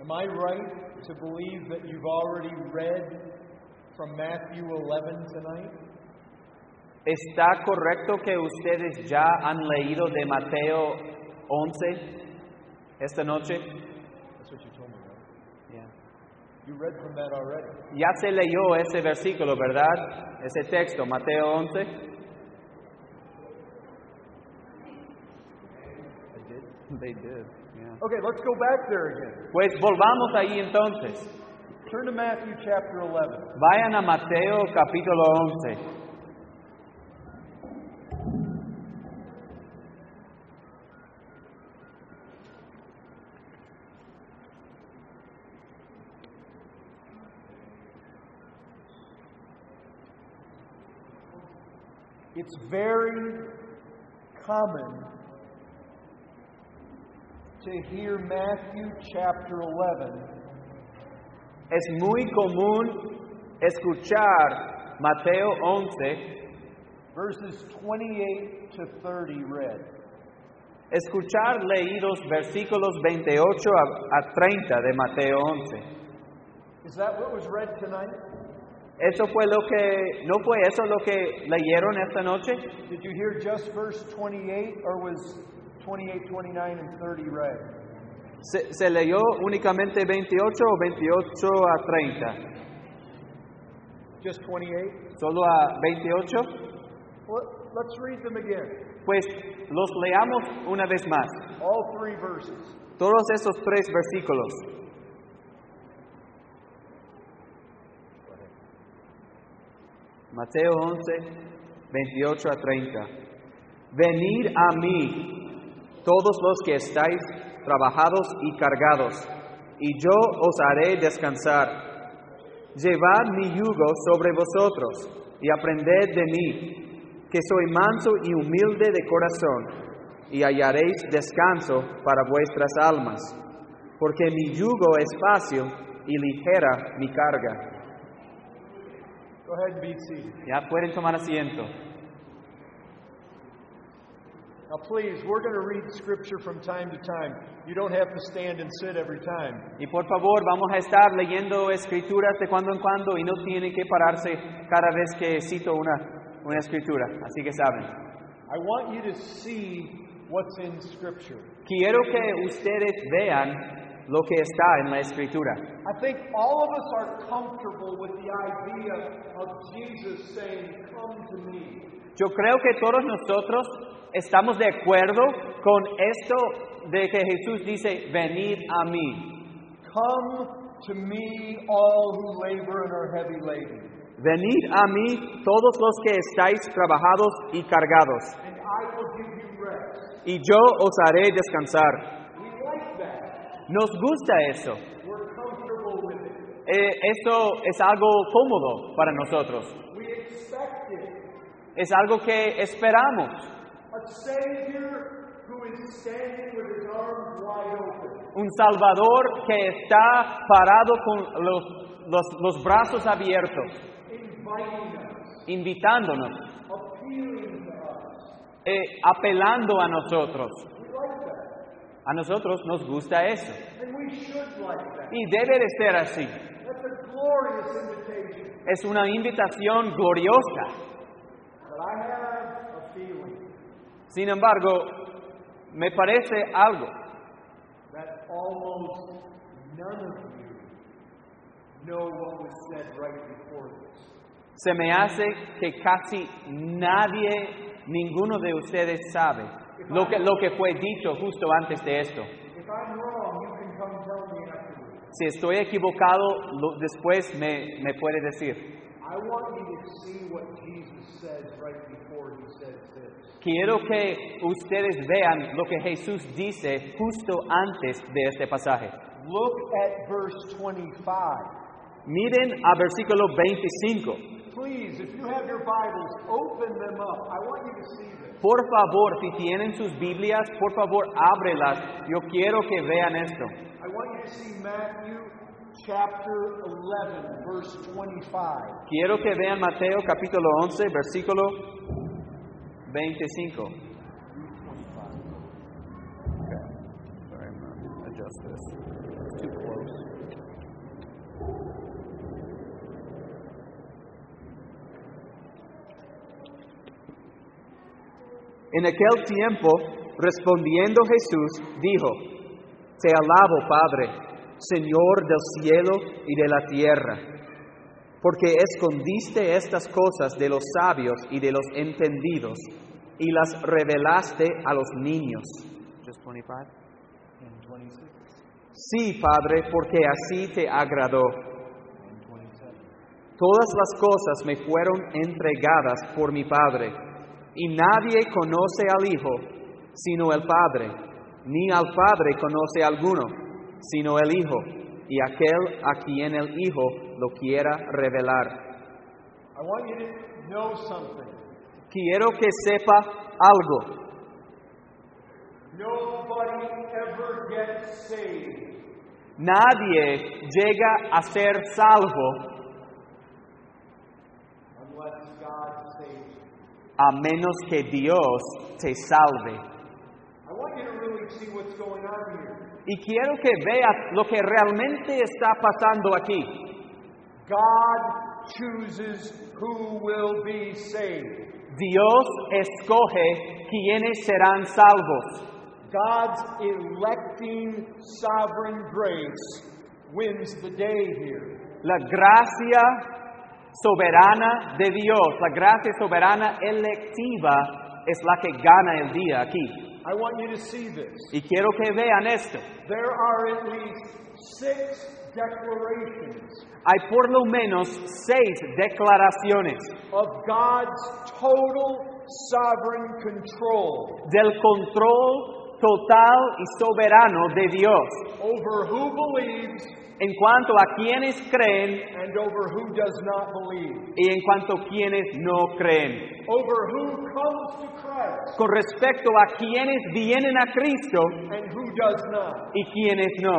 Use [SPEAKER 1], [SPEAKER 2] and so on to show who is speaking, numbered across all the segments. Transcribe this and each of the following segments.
[SPEAKER 1] Am I right to believe that you've already read from Matthew 11 tonight?
[SPEAKER 2] ¿Está correcto que ustedes ya han leído de Mateo 11 esta noche?
[SPEAKER 1] That's what you told me, right?
[SPEAKER 2] Yeah.
[SPEAKER 1] You read from that already.
[SPEAKER 2] Ya se leyó ese versículo, ¿verdad? Ese texto, Mateo 11.
[SPEAKER 1] I did.
[SPEAKER 2] They did, yeah.
[SPEAKER 1] Okay, let's go back there again.
[SPEAKER 2] Pues volvamos ahí entonces.
[SPEAKER 1] Turn to Matthew chapter 11.
[SPEAKER 2] Vayan a Mateo capítulo 11.
[SPEAKER 1] It's very common to hear Matthew chapter 11
[SPEAKER 2] Es muy común escuchar Mateo 11,
[SPEAKER 1] verses 28 to 30 read.
[SPEAKER 2] escuchar leídos versículos 28 a, a 30 de Mateo 11.
[SPEAKER 1] Is that what was read tonight?
[SPEAKER 2] ¿Eso fue lo que, no fue eso lo que leyeron esta noche?
[SPEAKER 1] Did you hear just verse 28 or was 28, 29 and 30 read?
[SPEAKER 2] ¿Se, se leyó únicamente 28 o 28 a 30?
[SPEAKER 1] Just 28?
[SPEAKER 2] ¿Solo a 28?
[SPEAKER 1] Well, let's read them again.
[SPEAKER 2] Pues los leamos una vez más,
[SPEAKER 1] All three verses.
[SPEAKER 2] todos esos tres versículos. Mateo 11, 28 a 30. Venid a mí, todos los que estáis trabajados y cargados, y yo os haré descansar. Llevad mi yugo sobre vosotros y aprended de mí, que soy manso y humilde de corazón, y hallaréis descanso para vuestras almas, porque mi yugo es fácil y ligera mi carga.
[SPEAKER 1] Go ahead and be seated.
[SPEAKER 2] Ya pueden tomar asiento.
[SPEAKER 1] Now, please, we're going to read scripture from time to time. You don't have to stand and sit every time.
[SPEAKER 2] Y por favor, vamos a estar leyendo escrituras de cuando en cuando y no tienen que pararse cada vez que cito una, una escritura. Así que saben.
[SPEAKER 1] I want you to see what's in scripture.
[SPEAKER 2] Quiero que ustedes vean lo que está en la escritura.
[SPEAKER 1] I think all of us are comfortable with the idea of Jesus saying, Come to me.
[SPEAKER 2] Yo creo que todos nosotros estamos de acuerdo con esto de que Jesús dice, venid a mí,
[SPEAKER 1] Come to me, all who labor and are heavy laden,
[SPEAKER 2] venid a mí todos los que estáis trabajados y cargados,
[SPEAKER 1] and I will give you rest.
[SPEAKER 2] y yo os haré descansar.
[SPEAKER 1] We like that.
[SPEAKER 2] Nos gusta eso,
[SPEAKER 1] We're comfortable with it.
[SPEAKER 2] Eh, eso es algo cómodo para nosotros,
[SPEAKER 1] We expect it.
[SPEAKER 2] es algo que esperamos,
[SPEAKER 1] A Savior who is standing with his arms wide open.
[SPEAKER 2] un Salvador que está parado con los, los- los brazos abiertos,
[SPEAKER 1] inviting us,
[SPEAKER 2] invitándonos,
[SPEAKER 1] appealing to us.
[SPEAKER 2] eh, apelando a nosotros.
[SPEAKER 1] We like that.
[SPEAKER 2] A nosotros nos gusta eso.
[SPEAKER 1] And we should like that.
[SPEAKER 2] Y debe de ser así.
[SPEAKER 1] That's a glorious invitation.
[SPEAKER 2] Es una invitación gloriosa.
[SPEAKER 1] But I have a feeling
[SPEAKER 2] Sin embargo, me parece algo
[SPEAKER 1] that almost none of you know what was said right before this.
[SPEAKER 2] se me hace que casi nadie, ninguno de ustedes sabe lo que, lo que fue dicho justo antes de esto.
[SPEAKER 1] If I'm wrong, you can come tell me afterwards.
[SPEAKER 2] Si estoy equivocado, lo- después me, me puede decir.
[SPEAKER 1] I want you to see what Jesus says right before he says this.
[SPEAKER 2] Quiero que ustedes vean lo que Jesús dice justo antes de este pasaje.
[SPEAKER 1] Look at verse 25.
[SPEAKER 2] Miren a versículo 25.
[SPEAKER 1] Please, if you have your Bibles, open them up. I want you to see them.
[SPEAKER 2] Por favor, si tienen sus Biblias, por favor, ábrelas. Yo quiero que vean esto.
[SPEAKER 1] I want you to see Matthew chapter 11, verse 25.
[SPEAKER 2] Quiero que vean Mateo capítulo 11, versículo 25.
[SPEAKER 1] too close.
[SPEAKER 2] En aquel tiempo, respondiendo Jesús, dijo, Te alabo, Padre, Señor del cielo y de la tierra, porque escondiste estas cosas de los sabios y de los entendidos y las revelaste a los niños. Just 25.
[SPEAKER 1] And 26.
[SPEAKER 2] Sí, Padre, porque así te agradó.
[SPEAKER 1] And 27.
[SPEAKER 2] Todas las cosas me fueron entregadas por mi Padre, y nadie conoce al Hijo sino el Padre, ni al Padre conoce alguno sino el Hijo, y aquel a quien el Hijo lo quiera revelar.
[SPEAKER 1] I want you to know something.
[SPEAKER 2] Quiero que sepa algo.
[SPEAKER 1] Nobody ever gets saved
[SPEAKER 2] Nadie llega a ser salvo
[SPEAKER 1] unless God saves you.
[SPEAKER 2] a menos que Dios te salve.
[SPEAKER 1] I want you to really see what's going on here.
[SPEAKER 2] Y quiero que veas lo que realmente está pasando aquí.
[SPEAKER 1] God chooses who will be saved.
[SPEAKER 2] Dios escoge quienes serán salvos.
[SPEAKER 1] God's electing sovereign grace wins the day here.
[SPEAKER 2] La gracia soberana de Dios, la gracia soberana electiva es la que gana el día aquí.
[SPEAKER 1] I want you to see this.
[SPEAKER 2] Y quiero que vean esto.
[SPEAKER 1] There are at least six declarations
[SPEAKER 2] Hay por lo menos seis declaraciones
[SPEAKER 1] of God's total sovereign control
[SPEAKER 2] del control total y soberano de Dios
[SPEAKER 1] over who believes
[SPEAKER 2] en cuanto a quienes creen
[SPEAKER 1] and over who does not believe,
[SPEAKER 2] y en cuanto a quienes no creen.
[SPEAKER 1] over who comes to Christ
[SPEAKER 2] Con respecto a quienes vienen a Cristo
[SPEAKER 1] and who does not.
[SPEAKER 2] y quienes no.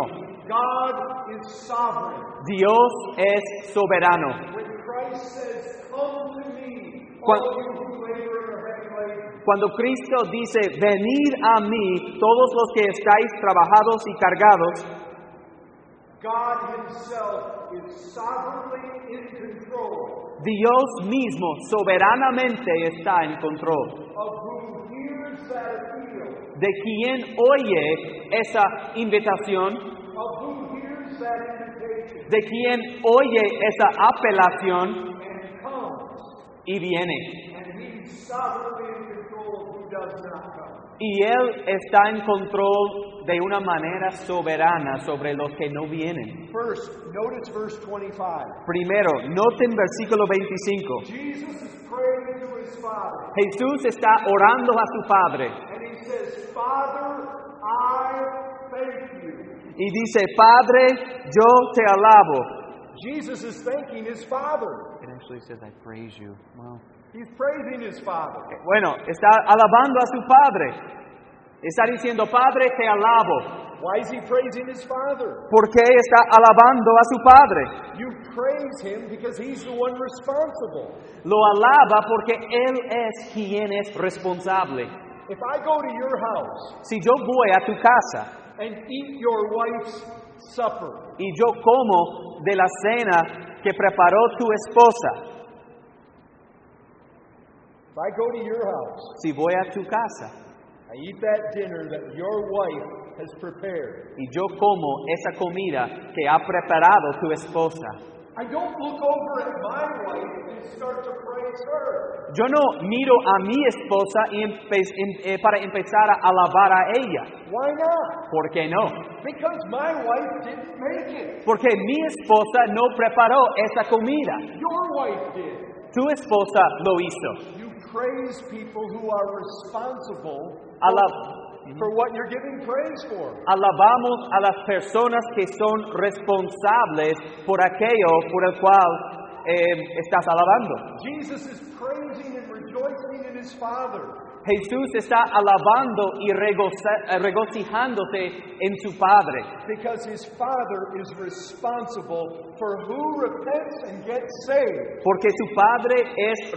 [SPEAKER 1] God is sovereign.
[SPEAKER 2] Dios es soberano.
[SPEAKER 1] When Christ says, Come to me,
[SPEAKER 2] Cuan-
[SPEAKER 1] all you who labor and are heavy laden,
[SPEAKER 2] Cuando Cristo dice, venid a mí todos los que estáis trabajados y cargados,
[SPEAKER 1] God Himself is sovereignly in control
[SPEAKER 2] Dios mismo soberanamente está en control.
[SPEAKER 1] of who hears that appeal,
[SPEAKER 2] De quien oye esa invitación,
[SPEAKER 1] of who hears that invitation,
[SPEAKER 2] de quien oye esa apelación
[SPEAKER 1] and comes.
[SPEAKER 2] y viene.
[SPEAKER 1] And He's sovereignly in control of who does not come.
[SPEAKER 2] Y Él está en control de una manera soberana sobre los que no vienen.
[SPEAKER 1] First, notice verse 25.
[SPEAKER 2] Primero, noten versículo 25.
[SPEAKER 1] Jesus is praying to His Father,
[SPEAKER 2] Jesús está orando a su Padre
[SPEAKER 1] and He says, Father, I thank you.
[SPEAKER 2] y dice, Padre, yo te alabo.
[SPEAKER 1] Jesus is thanking his father.
[SPEAKER 2] It actually says, I praise you. Wow.
[SPEAKER 1] He's praising his father.
[SPEAKER 2] Bueno, está alabando a su Padre. Está diciendo, Padre, te alabo.
[SPEAKER 1] Why is he praising his father?
[SPEAKER 2] ¿Por qué está alabando a su Padre?
[SPEAKER 1] You praise him because he's the one responsible.
[SPEAKER 2] Lo alaba porque Él es quien es responsable.
[SPEAKER 1] If I go to your house
[SPEAKER 2] Si yo voy a tu casa
[SPEAKER 1] and eat your wife's supper,
[SPEAKER 2] y yo como de la cena que preparó tu esposa,
[SPEAKER 1] if I go to your house,
[SPEAKER 2] si voy a tu casa
[SPEAKER 1] I eat that dinner that your wife has prepared.
[SPEAKER 2] y yo como esa comida que ha preparado tu esposa,
[SPEAKER 1] I don't look over at my wife and start to praise her.
[SPEAKER 2] yo no miro a mi esposa y empe- em- eh, para empezar a alabar a ella.
[SPEAKER 1] Why not?
[SPEAKER 2] ¿Por qué no?
[SPEAKER 1] Because my wife didn't make it.
[SPEAKER 2] Porque mi esposa no preparó esa comida.
[SPEAKER 1] Your wife did.
[SPEAKER 2] Tu esposa lo hizo.
[SPEAKER 1] You praise people who are responsible
[SPEAKER 2] Ala-
[SPEAKER 1] for what you're giving praise for.
[SPEAKER 2] alabamos a las personas que son responsables por aquello por el cual eh, estás alabando.
[SPEAKER 1] Jesus is praising and rejoicing in his Father.
[SPEAKER 2] Jesús está alabando y regoza- eh, regocijándose en su Padre,
[SPEAKER 1] Because his Father is responsible for who repents and gets saved.
[SPEAKER 2] porque su Padre es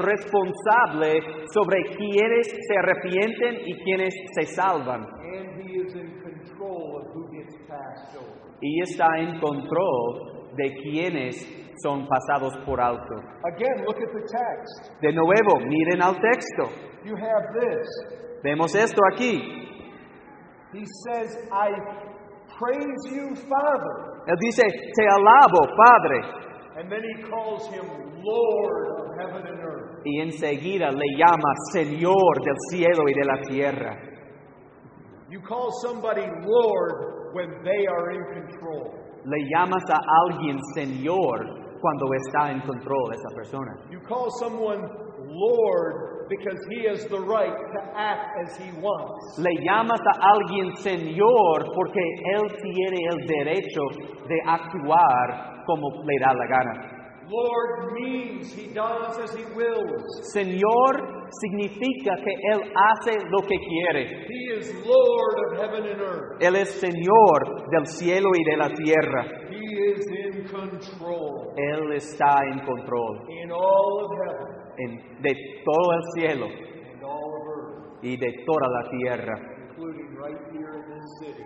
[SPEAKER 2] responsable sobre quienes se arrepienten y quienes se salvan.
[SPEAKER 1] And he is in control of who gets passed over.
[SPEAKER 2] y está en control de quienes son pasados por alto.
[SPEAKER 1] Again, look at the text.
[SPEAKER 2] De nuevo, miren al texto.
[SPEAKER 1] You have this.
[SPEAKER 2] Vemos esto aquí.
[SPEAKER 1] He says, I praise you, Father.
[SPEAKER 2] Él dice, te alabo, Padre.
[SPEAKER 1] And then he calls him Lord of heaven and earth.
[SPEAKER 2] Y enseguida le llama Señor del cielo y de la tierra.
[SPEAKER 1] You call somebody Lord when they are in control.
[SPEAKER 2] Le llamas a alguien Señor cuando está en control esa persona.
[SPEAKER 1] You call someone Lord because he has the right to act as he wants.
[SPEAKER 2] Le llamas a alguien Señor porque Él tiene el derecho de actuar como le da la gana.
[SPEAKER 1] Lord means he does as he wills.
[SPEAKER 2] Señor significa que Él hace lo que quiere.
[SPEAKER 1] He is Lord of heaven and earth.
[SPEAKER 2] Él es Señor del cielo y de la tierra.
[SPEAKER 1] He is in control
[SPEAKER 2] Él está en control
[SPEAKER 1] in all of heaven
[SPEAKER 2] en- de todo el cielo
[SPEAKER 1] and all of earth,
[SPEAKER 2] y de toda la tierra,
[SPEAKER 1] including right here in this city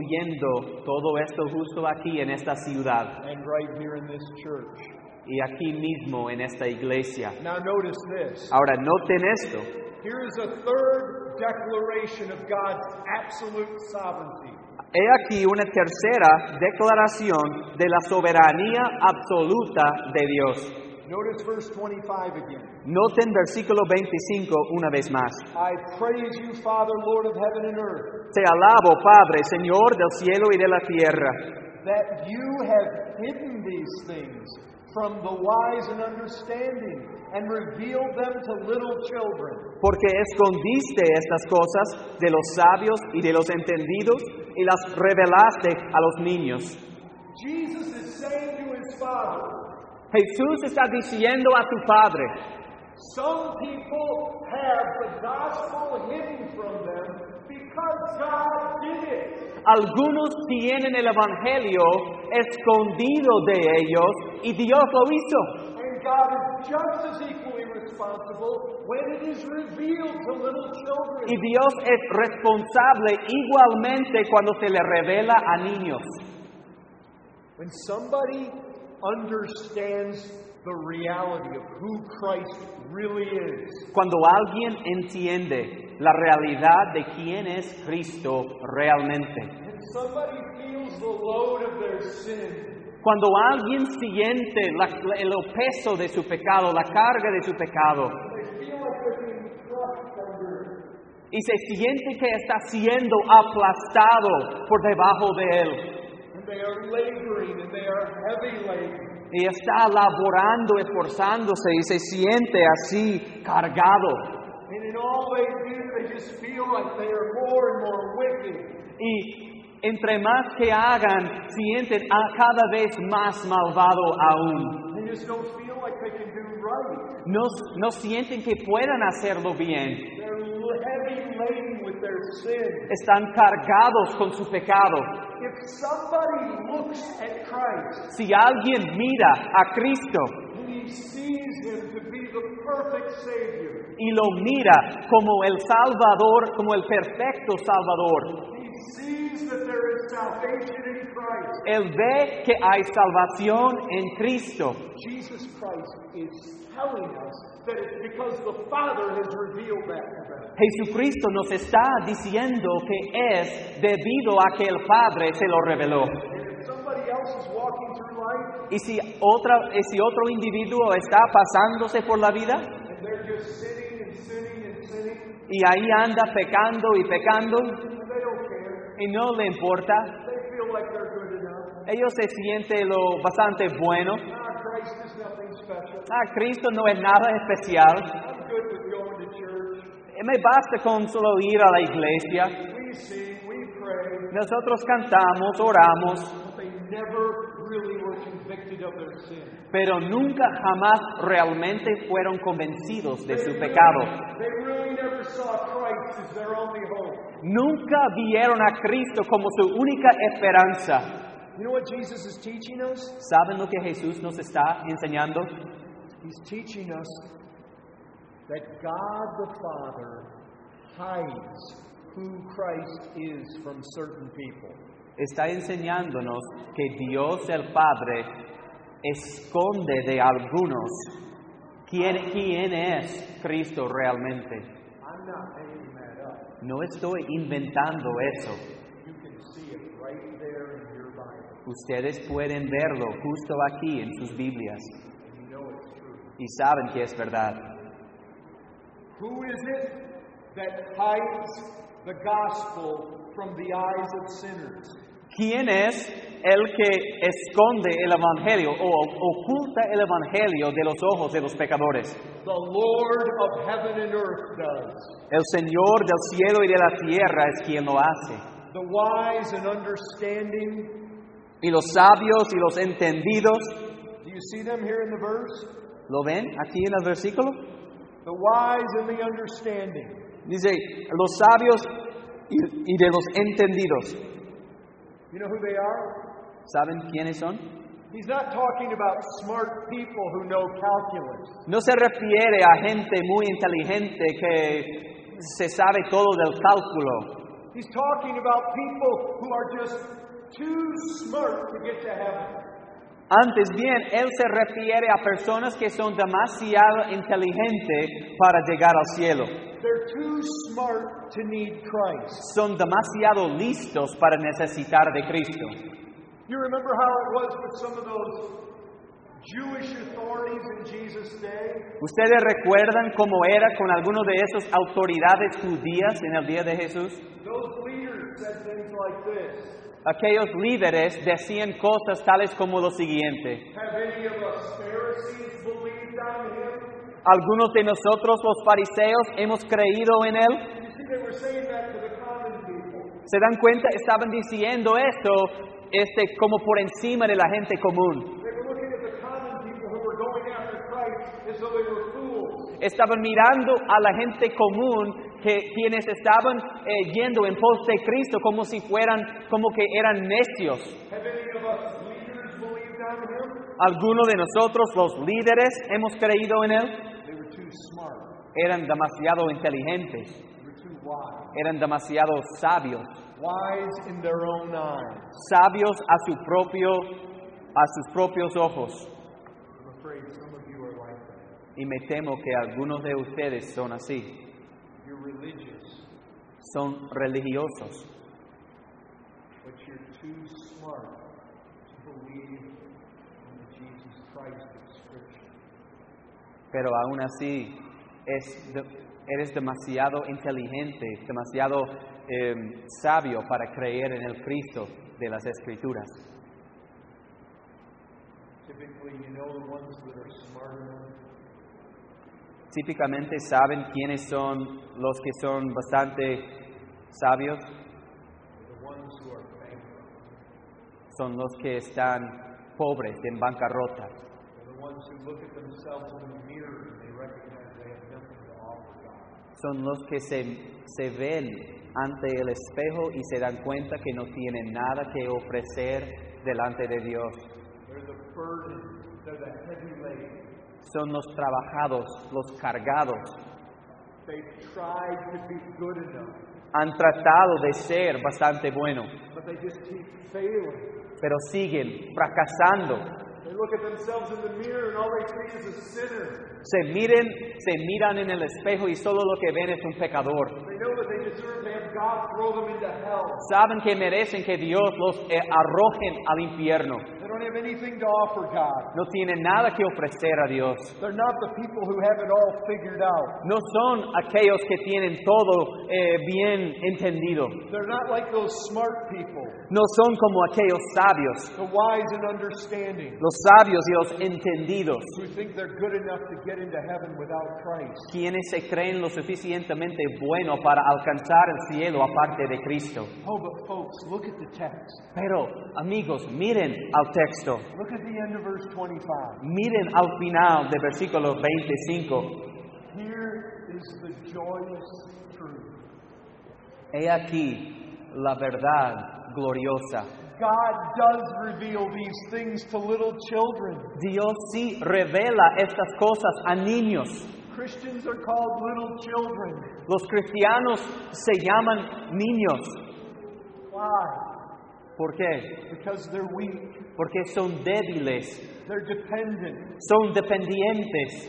[SPEAKER 2] incluyendo todo esto justo aquí en esta ciudad
[SPEAKER 1] and right here in this church.
[SPEAKER 2] y aquí mismo en esta iglesia.
[SPEAKER 1] Now, notice this.
[SPEAKER 2] Ahora, noten esto.
[SPEAKER 1] Here is a third declaration of God's absolute sovereignty.
[SPEAKER 2] He aquí una tercera declaración de la soberanía absoluta de Dios.
[SPEAKER 1] Notice verse 25 again.
[SPEAKER 2] Noten versículo 25 una vez más.
[SPEAKER 1] I praise you, Father, Lord of heaven and earth,
[SPEAKER 2] Te alabo, Padre, Señor del cielo y de la tierra,
[SPEAKER 1] that you have hidden these things from the wise and understanding and revealed them to little children.
[SPEAKER 2] porque escondiste estas cosas de los sabios y de los entendidos y las revelaste a los niños.
[SPEAKER 1] Jesus is saying to his Father,
[SPEAKER 2] Jesús está diciendo a tu Padre,
[SPEAKER 1] Some people have the gospel hidden from them because God did it.
[SPEAKER 2] algunos tienen el Evangelio escondido de ellos y Dios lo hizo.
[SPEAKER 1] And God is just as equally responsible when it is revealed to little children.
[SPEAKER 2] Y Dios es responsable igualmente cuando se le revela a niños.
[SPEAKER 1] When somebody understands the reality of who Christ really is,
[SPEAKER 2] Cuando alguien entiende la realidad de quién es Cristo realmente.
[SPEAKER 1] and somebody feels the load of their sin,
[SPEAKER 2] Cuando alguien siente la- la- el peso de su pecado, la carga de su pecado,
[SPEAKER 1] they feel like they're being crushed under
[SPEAKER 2] y se siente que está siendo aplastado por debajo de él,
[SPEAKER 1] it, and they are laboring and they are heavy laden.
[SPEAKER 2] y está laborando, esforzándose, y se siente así cargado,
[SPEAKER 1] And in all they do, they just feel like they are more and more wicked.
[SPEAKER 2] Y entre más que hagan, sienten a cada vez más malvado aún.
[SPEAKER 1] They just don't feel like they can do right.
[SPEAKER 2] No, no sienten que puedan hacerlo bien.
[SPEAKER 1] They're heavy laden with their sin.
[SPEAKER 2] Están cargados con su pecado.
[SPEAKER 1] If somebody looks at Christ,
[SPEAKER 2] Si alguien mira a Cristo
[SPEAKER 1] And he sees him to be the perfect Savior.
[SPEAKER 2] y lo mira como el Salvador, como el perfecto Salvador,
[SPEAKER 1] He sees that there is salvation in Christ.
[SPEAKER 2] él ve que hay salvación en Cristo.
[SPEAKER 1] Jesus Christ is telling us that it's because the Father has revealed that to them.
[SPEAKER 2] Jesucristo nos está diciendo que es debido a que el Padre se lo reveló.
[SPEAKER 1] And if somebody else is walking through life
[SPEAKER 2] Y si, otra, y si otro individuo está pasándose por la vida
[SPEAKER 1] and they're just sinning and sinning and sinning,
[SPEAKER 2] y ahí anda pecando y pecando
[SPEAKER 1] they don't care.
[SPEAKER 2] y no le importa,
[SPEAKER 1] They feel like they're good enough.
[SPEAKER 2] ellos se sienten lo bastante bueno.
[SPEAKER 1] Ah, Christ is nothing special.
[SPEAKER 2] Ah, Cristo no es nada especial.
[SPEAKER 1] I'm good with going to church.
[SPEAKER 2] Eh, Me basta con solo ir a la iglesia.
[SPEAKER 1] We sing, we pray,
[SPEAKER 2] Nosotros cantamos, oramos,
[SPEAKER 1] but they never really were convicted of their sin.
[SPEAKER 2] pero nunca jamás realmente fueron convencidos de su pecado.
[SPEAKER 1] They really never saw Christ as their only hope.
[SPEAKER 2] Nunca vieron a Cristo como su única esperanza.
[SPEAKER 1] You know what Jesus is teaching us?
[SPEAKER 2] ¿Saben lo que Jesús nos está enseñando?
[SPEAKER 1] He's teaching us that God the Father hides who Christ is from certain people.
[SPEAKER 2] está enseñándonos que Dios el Padre esconde de algunos quién, quién es Cristo realmente.
[SPEAKER 1] I'm not making that up.
[SPEAKER 2] No estoy inventando eso.
[SPEAKER 1] You can see it right there in your Bible.
[SPEAKER 2] Ustedes pueden verlo justo aquí en sus Biblias
[SPEAKER 1] And you know it's true.
[SPEAKER 2] y saben que es verdad.
[SPEAKER 1] Who is it that hides the gospel from the eyes of sinners?
[SPEAKER 2] ¿Quién es el que esconde el Evangelio o oculta el Evangelio de los ojos de los pecadores?
[SPEAKER 1] The Lord of heaven and earth does.
[SPEAKER 2] El Señor del cielo y de la tierra es quien lo hace.
[SPEAKER 1] The wise and understanding.
[SPEAKER 2] Y los sabios y los entendidos,
[SPEAKER 1] Do you see them here in the verse?
[SPEAKER 2] ¿lo ven aquí en el versículo?
[SPEAKER 1] The wise and the understanding.
[SPEAKER 2] Dice, los sabios y, y de los entendidos.
[SPEAKER 1] You know who they are?
[SPEAKER 2] ¿Saben quiénes son?
[SPEAKER 1] He's not talking about smart people who know calculus.
[SPEAKER 2] No se refiere a gente muy inteligente que se sabe todo del cálculo.
[SPEAKER 1] He's talking about people who are just too smart to get to heaven.
[SPEAKER 2] Antes bien, él se refiere a personas que son demasiado inteligentes para llegar al cielo.
[SPEAKER 1] They're too smart to need Christ.
[SPEAKER 2] Son demasiado listos para necesitar de Cristo.
[SPEAKER 1] You remember how it was with some of those Jewish authorities in Jesus' day?
[SPEAKER 2] ¿Ustedes recuerdan cómo era con alguno de esas autoridades judías en el día de Jesús?
[SPEAKER 1] Those leaders said things like this
[SPEAKER 2] Aquellos líderes decían cosas tales como lo siguiente.
[SPEAKER 1] Have any of us Pharisees believed on him?
[SPEAKER 2] Algunos de nosotros, los fariseos, hemos creído en él.
[SPEAKER 1] You see, they were saying that to the common people.
[SPEAKER 2] ¿Se dan cuenta? Estaban diciendo esto este, como por encima de la gente común.
[SPEAKER 1] They were looking at the common people who were going after Christ as though they were fools.
[SPEAKER 2] Estaban mirando a la gente común que quienes estaban eh, yendo en pos de Cristo como si fueran, como que eran necios.
[SPEAKER 1] Have any of us leaders believed on him?
[SPEAKER 2] Algunos de nosotros, los líderes, hemos creído en él.
[SPEAKER 1] They were too smart.
[SPEAKER 2] Eran demasiado inteligentes,
[SPEAKER 1] They were too wise.
[SPEAKER 2] eran demasiado sabios,
[SPEAKER 1] Wise in their own eyes.
[SPEAKER 2] sabios a su propio, a sus propios ojos.
[SPEAKER 1] I'm afraid some of you are like that.
[SPEAKER 2] Y me temo que algunos de ustedes son así,
[SPEAKER 1] You're religious,
[SPEAKER 2] son religiosos,
[SPEAKER 1] but you're too smart to believe in the Jesus Christ of Scripture.
[SPEAKER 2] pero aún así es de- eres demasiado inteligente, demasiado eh, sabio para creer en el Cristo de las Escrituras.
[SPEAKER 1] Typically, you know the ones that are smart enough
[SPEAKER 2] Típicamente saben quiénes son los que son bastante sabios,
[SPEAKER 1] are the ones who are bankrupt,
[SPEAKER 2] son los que están pobres, en bancarrota,
[SPEAKER 1] are the ones who look at themselves in the mirror and they recognize they have nothing to offer God.
[SPEAKER 2] son los que se, se ven ante el espejo y se dan cuenta que no tienen nada que ofrecer delante de Dios.
[SPEAKER 1] They're the burden, they're the heavy laden.
[SPEAKER 2] Son los trabajados, los cargados,
[SPEAKER 1] They've tried to be good enough,
[SPEAKER 2] han tratado de ser bastante buenos,
[SPEAKER 1] but they just keep failing.
[SPEAKER 2] pero siguen fracasando.
[SPEAKER 1] They look at themselves in the mirror and all they see is a sinner.
[SPEAKER 2] Se miren, se miran en el espejo y solo lo que ven es un pecador.
[SPEAKER 1] They know that they deserve to have God throw them into hell.
[SPEAKER 2] saben que merecen que Dios los eh, arrojen al infierno.
[SPEAKER 1] They don't have anything to offer God.
[SPEAKER 2] No tienen nada que ofrecer a Dios.
[SPEAKER 1] They're not the people who have it all figured out.
[SPEAKER 2] No son aquellos que tienen todo eh, bien entendido.
[SPEAKER 1] They're not like those smart people,
[SPEAKER 2] No son como aquellos sabios,
[SPEAKER 1] the wise and understanding,
[SPEAKER 2] los sabios y los entendidos,
[SPEAKER 1] who think they're good enough to get into heaven without Christ.
[SPEAKER 2] quienes se creen lo suficientemente bueno para alcanzar el cielo aparte de Cristo.
[SPEAKER 1] Oh, but folks, look at the text.
[SPEAKER 2] Pero, amigos, miren al texto,
[SPEAKER 1] Look at the end of verse 25.
[SPEAKER 2] miren al final del versículo 25.
[SPEAKER 1] Here is the joyous truth
[SPEAKER 2] He aquí la verdad gloriosa.
[SPEAKER 1] God does reveal these things to little children.
[SPEAKER 2] Dios sí revela estas cosas a niños.
[SPEAKER 1] Christians are called little children.
[SPEAKER 2] Los cristianos se llaman niños.
[SPEAKER 1] Why?
[SPEAKER 2] ¿Por qué?
[SPEAKER 1] because they're weak,
[SPEAKER 2] Porque son débiles,
[SPEAKER 1] they're dependent.
[SPEAKER 2] son dependientes.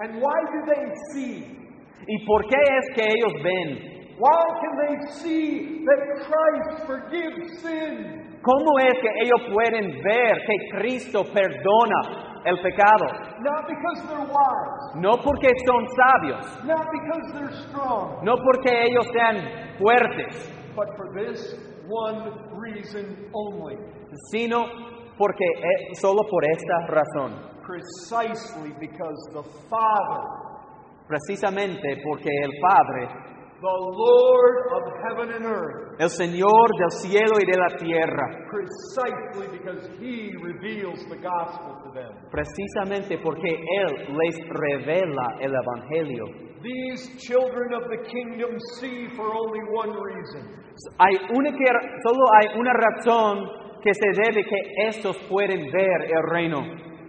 [SPEAKER 1] And why do they see?
[SPEAKER 2] ¿Y por qué es que ellos ven?
[SPEAKER 1] Why can they see that Christ forgives sin?
[SPEAKER 2] ¿Cómo es que ellos pueden ver que Cristo perdona el pecado?
[SPEAKER 1] Not because they're wise,
[SPEAKER 2] No porque son sabios,
[SPEAKER 1] not because they're strong,
[SPEAKER 2] no porque ellos sean fuertes,
[SPEAKER 1] but for this one reason only.
[SPEAKER 2] sino porque eh, solo por esta razón,
[SPEAKER 1] Precisely because the Father,
[SPEAKER 2] precisamente porque el Padre,
[SPEAKER 1] the Lord of heaven and earth,
[SPEAKER 2] el Señor del cielo y de la tierra,
[SPEAKER 1] precisely because He reveals the gospel to them.
[SPEAKER 2] precisamente porque Él les revela el Evangelio.
[SPEAKER 1] These children of the kingdom see for only one reason
[SPEAKER 2] Hay una que- solo hay una razón que se debe que estos pueden ver el reino.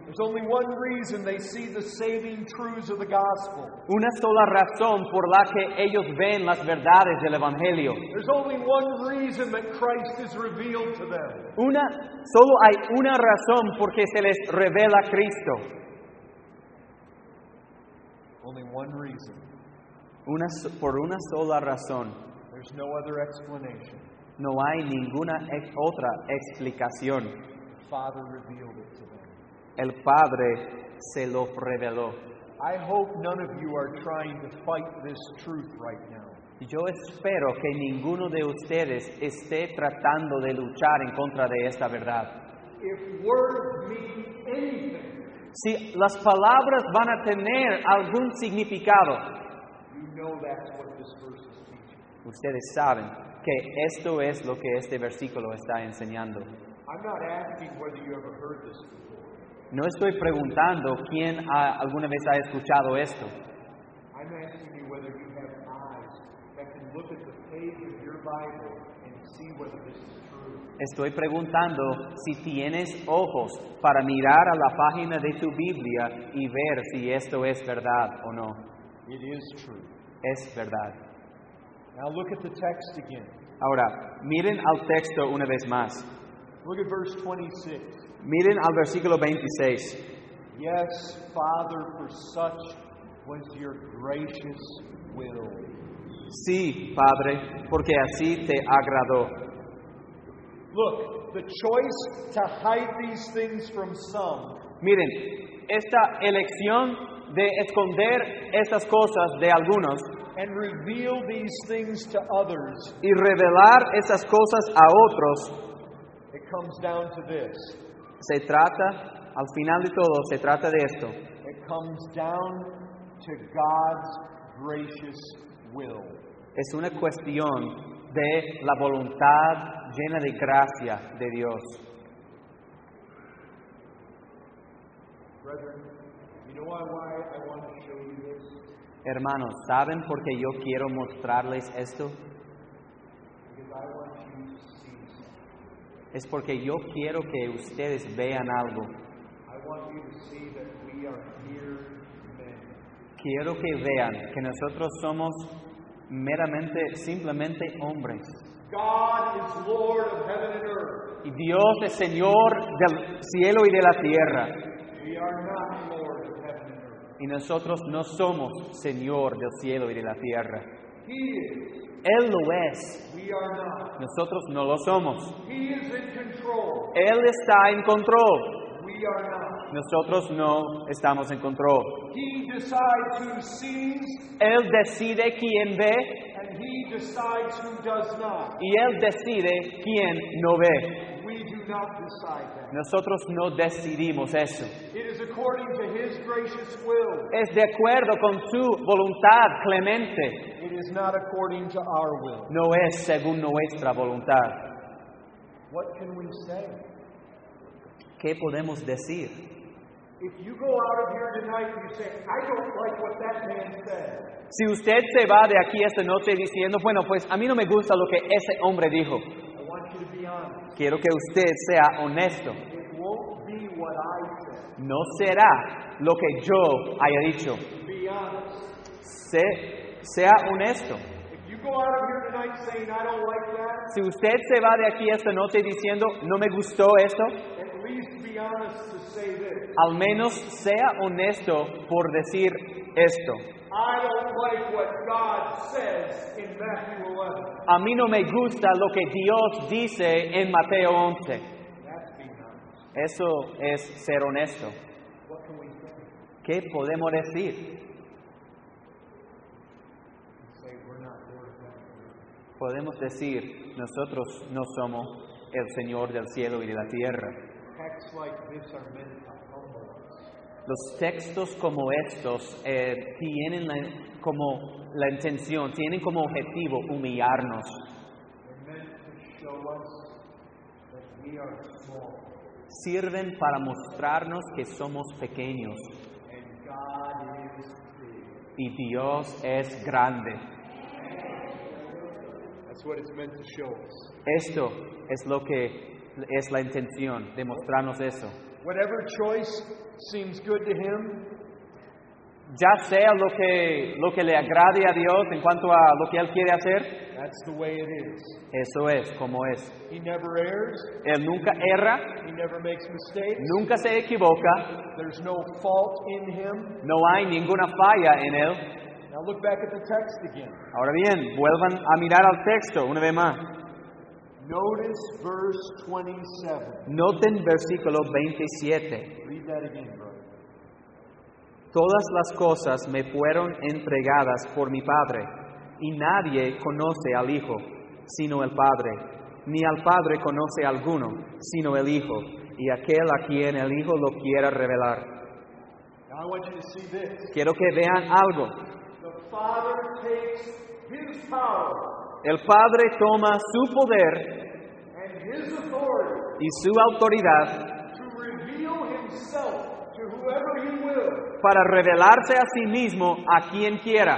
[SPEAKER 1] There's only one reason they see the saving truths of the gospel.
[SPEAKER 2] Una sola razón por la que ellos ven las verdades del Evangelio.
[SPEAKER 1] There's only one reason that Christ is revealed to them.
[SPEAKER 2] Una, solo hay una razón por que se les revela Cristo.
[SPEAKER 1] Only one reason.
[SPEAKER 2] Una so- por una sola razón.
[SPEAKER 1] There's no other explanation.
[SPEAKER 2] No hay ninguna ex- otra explicación.
[SPEAKER 1] The Father revealed it to them.
[SPEAKER 2] El Padre se lo reveló.
[SPEAKER 1] I hope none of you are trying to fight this truth right now.
[SPEAKER 2] Yo espero que ninguno de ustedes esté tratando de luchar en contra de esta verdad.
[SPEAKER 1] If words mean anything,
[SPEAKER 2] Si las palabras van a tener algún significado,
[SPEAKER 1] you know that's what this verse is teaching.
[SPEAKER 2] ustedes saben que esto es lo que este versículo está enseñando.
[SPEAKER 1] I'm not asking whether you ever heard this before.
[SPEAKER 2] No estoy preguntando quién ha- alguna vez ha escuchado esto.
[SPEAKER 1] I'm asking you whether you have eyes that can look at the page of your Bible and see whether this is true.
[SPEAKER 2] Estoy preguntando si tienes ojos para mirar a la página de tu Biblia y ver si esto es verdad o no.
[SPEAKER 1] It is true.
[SPEAKER 2] Es verdad.
[SPEAKER 1] Now look at the text again.
[SPEAKER 2] Ahora, miren al texto una vez más.
[SPEAKER 1] Look at verse 26.
[SPEAKER 2] Miren al versículo 26.
[SPEAKER 1] Yes, Father, for such was your gracious will.
[SPEAKER 2] Sí, Padre, porque así te agradó.
[SPEAKER 1] Look, the choice to hide these things from some
[SPEAKER 2] Miren, esta elección de esconder estas cosas de algunos
[SPEAKER 1] and reveal these things to others,
[SPEAKER 2] y revelar esas cosas a otros,
[SPEAKER 1] it comes down to this.
[SPEAKER 2] se trata, al final de todo, se trata de esto.
[SPEAKER 1] It comes down to God's gracious will.
[SPEAKER 2] Es una cuestión de la voluntad llena de gracia de Dios.
[SPEAKER 1] Brethren, you know why, why I want to show you this?
[SPEAKER 2] Hermanos, ¿saben por qué yo quiero mostrarles esto?
[SPEAKER 1] Because I want you to see something.
[SPEAKER 2] Es porque yo quiero que ustedes vean algo.
[SPEAKER 1] I want you to see that we are mere men.
[SPEAKER 2] Quiero que vean que nosotros somos meramente, simplemente hombres.
[SPEAKER 1] God is Lord of heaven and earth.
[SPEAKER 2] Y Dios es Señor del cielo y de la tierra.
[SPEAKER 1] We are not Lord of heaven and earth.
[SPEAKER 2] Y nosotros no somos Señor del cielo y de la tierra.
[SPEAKER 1] He is.
[SPEAKER 2] Él lo es.
[SPEAKER 1] We are not.
[SPEAKER 2] Nosotros no lo somos.
[SPEAKER 1] He is in control.
[SPEAKER 2] Él está en control.
[SPEAKER 1] We are not.
[SPEAKER 2] Nosotros no estamos en control.
[SPEAKER 1] He decides who sees
[SPEAKER 2] Él decide quién ve
[SPEAKER 1] and he decides who does not.
[SPEAKER 2] y Él decide quién no ve.
[SPEAKER 1] We do not decide that.
[SPEAKER 2] Nosotros no decidimos eso.
[SPEAKER 1] It is according to his gracious will.
[SPEAKER 2] es de acuerdo con su voluntad clemente,
[SPEAKER 1] It is not according to our will.
[SPEAKER 2] no es según nuestra voluntad.
[SPEAKER 1] What can we say?
[SPEAKER 2] ¿Qué podemos decir?
[SPEAKER 1] If you go out of here tonight and you say, I don't like what that man said,
[SPEAKER 2] Si usted se va de aquí esta noche diciendo, bueno, pues a mí no me gusta lo que ese hombre dijo,
[SPEAKER 1] I want you to be honest.
[SPEAKER 2] quiero que usted sea honesto.
[SPEAKER 1] It won't be what I said.
[SPEAKER 2] No será lo que yo haya dicho.
[SPEAKER 1] Be honest.
[SPEAKER 2] Sé- sea honesto.
[SPEAKER 1] If you go out of here tonight saying, I don't like that,
[SPEAKER 2] Si usted se va de aquí esta noche diciendo, no me gustó esto,
[SPEAKER 1] at least be honest to say this
[SPEAKER 2] al menos sea honesto por decir esto.
[SPEAKER 1] I don't like what God says in Matthew 11.
[SPEAKER 2] A mí no me gusta lo que Dios dice en Mateo 11.
[SPEAKER 1] That's being honest.
[SPEAKER 2] Eso es ser honesto.
[SPEAKER 1] What can we say?
[SPEAKER 2] ¿Qué podemos decir?
[SPEAKER 1] Say, we're not Lord of that.
[SPEAKER 2] Podemos decir, nosotros no somos el Señor del cielo y de la tierra.
[SPEAKER 1] Texts like this are meant to humble us.
[SPEAKER 2] Los textos como estos eh, tienen la- como la intención, tienen como objetivo humillarnos.
[SPEAKER 1] They're meant to show us that we are small
[SPEAKER 2] Sirven para mostrarnos que somos pequeños
[SPEAKER 1] and God is big.
[SPEAKER 2] y Dios es grande.
[SPEAKER 1] That's what it's meant to show us.
[SPEAKER 2] Esto es lo que es la intención, de mostrarnos eso.
[SPEAKER 1] Whatever choice seems good to him,
[SPEAKER 2] Ya sea lo que, lo que le agrade a Dios en cuanto a lo que Él quiere hacer,
[SPEAKER 1] that's the way it is.
[SPEAKER 2] eso es como es.
[SPEAKER 1] He never errs,
[SPEAKER 2] Él nunca erra,
[SPEAKER 1] he never makes mistakes.
[SPEAKER 2] nunca se equivoca,
[SPEAKER 1] There's no fault in him.
[SPEAKER 2] no hay ninguna falla en Él.
[SPEAKER 1] Now look back at the text again.
[SPEAKER 2] Ahora bien, vuelvan a mirar al texto una vez más.
[SPEAKER 1] Notice verse 27.
[SPEAKER 2] Noten versículo 27.
[SPEAKER 1] Read that again, brother.
[SPEAKER 2] Todas las cosas me fueron entregadas por mi Padre, y nadie conoce al Hijo, sino el Padre, ni al Padre conoce a alguno, sino el Hijo, y aquel a quien el Hijo lo quiera revelar.
[SPEAKER 1] Now I want you to see this.
[SPEAKER 2] Quiero que vean algo.
[SPEAKER 1] The Father takes his power
[SPEAKER 2] El Padre toma su poder
[SPEAKER 1] and his authority
[SPEAKER 2] y su autoridad
[SPEAKER 1] to reveal himself to whoever he will,
[SPEAKER 2] para revelarse a sí mismo a quien quiera,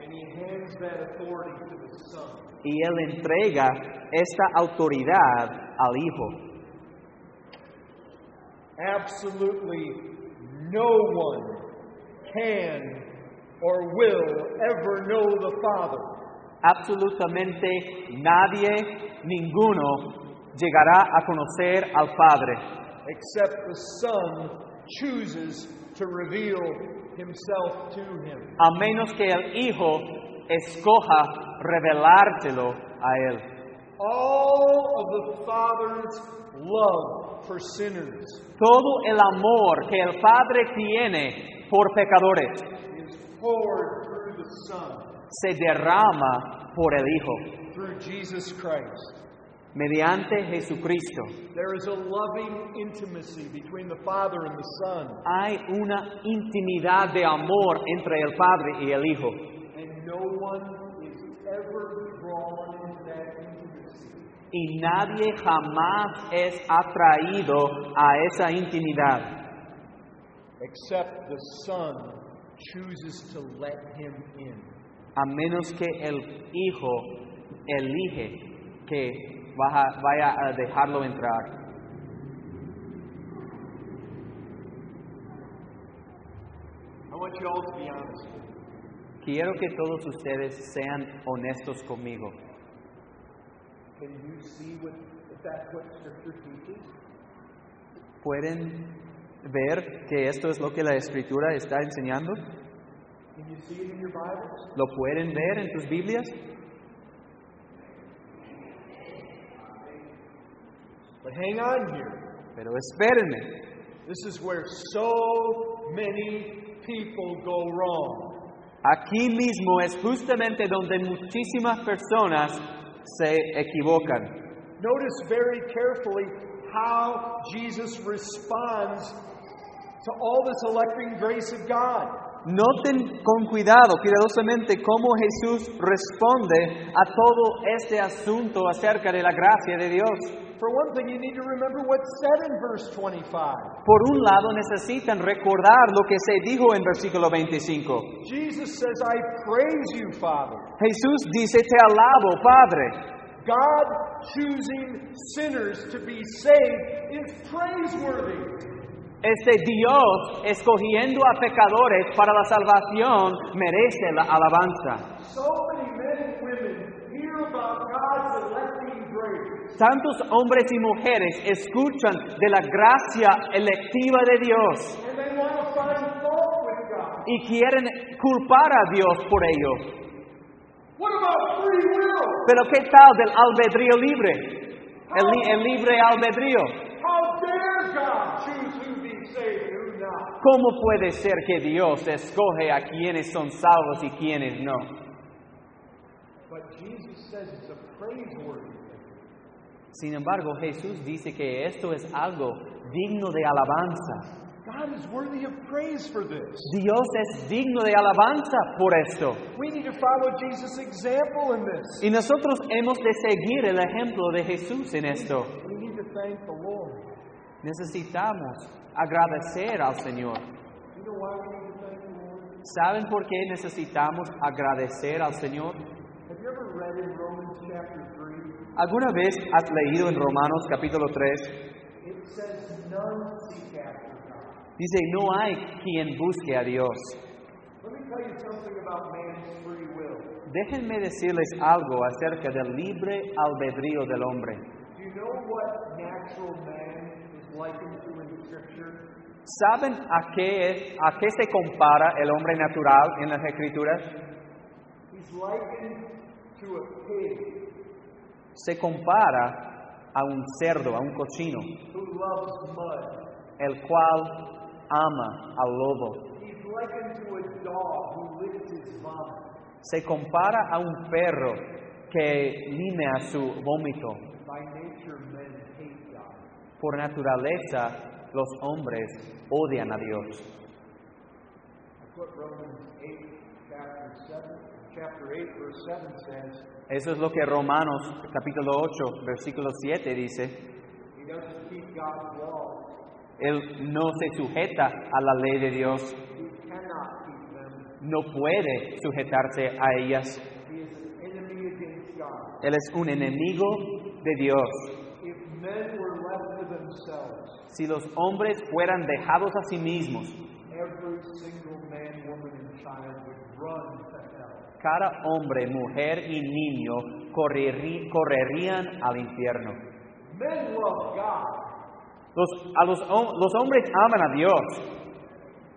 [SPEAKER 1] and he hands that authority to the Son.
[SPEAKER 2] y él entrega esta autoridad al Hijo.
[SPEAKER 1] Absolutely no one can or will ever know the Father
[SPEAKER 2] absolutamente nadie, ninguno, llegará a conocer al Padre,
[SPEAKER 1] except the Son chooses to reveal himself to him.
[SPEAKER 2] a menos que el Hijo escoja revelárselo a Él.
[SPEAKER 1] All of the Father's love for sinners
[SPEAKER 2] Todo el amor que el Padre tiene por pecadores
[SPEAKER 1] is poured through the Son,
[SPEAKER 2] se derrama por el Hijo,
[SPEAKER 1] through Jesus Christ.
[SPEAKER 2] mediante Jesucristo.
[SPEAKER 1] There is a loving intimacy between the Father and the Son,
[SPEAKER 2] Hay una intimidad de amor entre el Padre y el Hijo.
[SPEAKER 1] and no one is ever drawn into that intimacy.
[SPEAKER 2] Y nadie jamás es atraído a esa intimidad.
[SPEAKER 1] except the Son chooses to let him in.
[SPEAKER 2] a menos que el hijo elige que baja- vaya a dejarlo entrar.
[SPEAKER 1] I want you all to be honest. with me.
[SPEAKER 2] Quiero que todos ustedes sean honestos conmigo.
[SPEAKER 1] Can you see what if that's what Scripture teaches?
[SPEAKER 2] ¿Pueden ver que esto es lo que la escritura está enseñando?
[SPEAKER 1] Can you see it in your Bibles?
[SPEAKER 2] ¿Lo pueden ver en tus Biblias?
[SPEAKER 1] But hang on here.
[SPEAKER 2] Pero espérenme.
[SPEAKER 1] This is where so many people go wrong.
[SPEAKER 2] Aquí mismo es justamente donde muchísimas personas se equivocan.
[SPEAKER 1] Notice very carefully how Jesus responds to all this electing grace of God.
[SPEAKER 2] Noten con cuidado, cuidadosamente, cómo Jesús responde a todo este asunto acerca de la gracia de Dios.
[SPEAKER 1] For one thing, you need to remember what's said in verse 25.
[SPEAKER 2] Por un lado, necesitan recordar lo que se dijo en versículo 25.
[SPEAKER 1] Jesus says, I praise you, Father.
[SPEAKER 2] Jesús dice, te alabo, Padre.
[SPEAKER 1] God choosing sinners to be saved is praiseworthy.
[SPEAKER 2] Este Dios, escogiendo a pecadores para la salvación, merece la alabanza.
[SPEAKER 1] So many men women hear about God's electing grace.
[SPEAKER 2] Tantos hombres y mujeres escuchan de la gracia electiva de Dios
[SPEAKER 1] And they want to find fault with God.
[SPEAKER 2] y quieren culpar a Dios por ello.
[SPEAKER 1] What about free will?
[SPEAKER 2] Pero ¿qué tal del albedrío libre? El, li- el libre albedrío.
[SPEAKER 1] How dare God choose who be saved and who not?
[SPEAKER 2] ¿Cómo puede ser que Dios escoge a quienes son salvos y quienes no?
[SPEAKER 1] But Jesus says it's a praiseworthy thing.
[SPEAKER 2] Sin embargo, Jesús dice que esto es algo digno de alabanza.
[SPEAKER 1] God is worthy of praise for this.
[SPEAKER 2] Dios es digno de alabanza por esto.
[SPEAKER 1] We need to follow Jesus' example in this.
[SPEAKER 2] Y nosotros hemos de seguir el ejemplo de Jesús en esto.
[SPEAKER 1] We need to thank the Lord.
[SPEAKER 2] Necesitamos agradecer al Señor.
[SPEAKER 1] You know why we need to thank the Lord?
[SPEAKER 2] ¿Saben por qué necesitamos agradecer al Señor?
[SPEAKER 1] Have you ever read in Romans chapter 3?
[SPEAKER 2] ¿Alguna vez has leído en Romanos capítulo 3?
[SPEAKER 1] It says, None seek after God.
[SPEAKER 2] Dice, no hay quien busque a Dios.
[SPEAKER 1] Let me tell you something about man's free will.
[SPEAKER 2] Déjenme decirles algo acerca del libre albedrío del hombre.
[SPEAKER 1] Do you know what natural man is likened to in Scripture?
[SPEAKER 2] ¿Saben a qué, es, a qué se compara el hombre natural en las escrituras?
[SPEAKER 1] He's likened to a pig
[SPEAKER 2] Se compara a un cerdo, a un cochino,
[SPEAKER 1] who loves mud.
[SPEAKER 2] el cual ama al lobo.
[SPEAKER 1] He's likened to a dog who licks his vomit.
[SPEAKER 2] Se compara a un perro que lime a su vómito.
[SPEAKER 1] By nature, men hate God.
[SPEAKER 2] Por naturaleza, los hombres odian a Dios.
[SPEAKER 1] That's what Romans 8, chapter 7, chapter 8, verse 7 says.
[SPEAKER 2] Eso es lo que Romanos capítulo 8, versículo 7 dice.
[SPEAKER 1] He doesn't keep God's laws.
[SPEAKER 2] Él no se sujeta a la ley de Dios,
[SPEAKER 1] He cannot keep them.
[SPEAKER 2] no puede sujetarse a ellas.
[SPEAKER 1] He is an enemy against God.
[SPEAKER 2] Él es un enemigo de Dios.
[SPEAKER 1] If men were left to themselves,
[SPEAKER 2] Si los hombres fueran dejados a sí mismos,
[SPEAKER 1] every single man, woman, and child would run to hell.
[SPEAKER 2] cada hombre, mujer y niño correri- correrían al infierno.
[SPEAKER 1] Men love God,
[SPEAKER 2] Los, a los, hom- los hombres aman a Dios,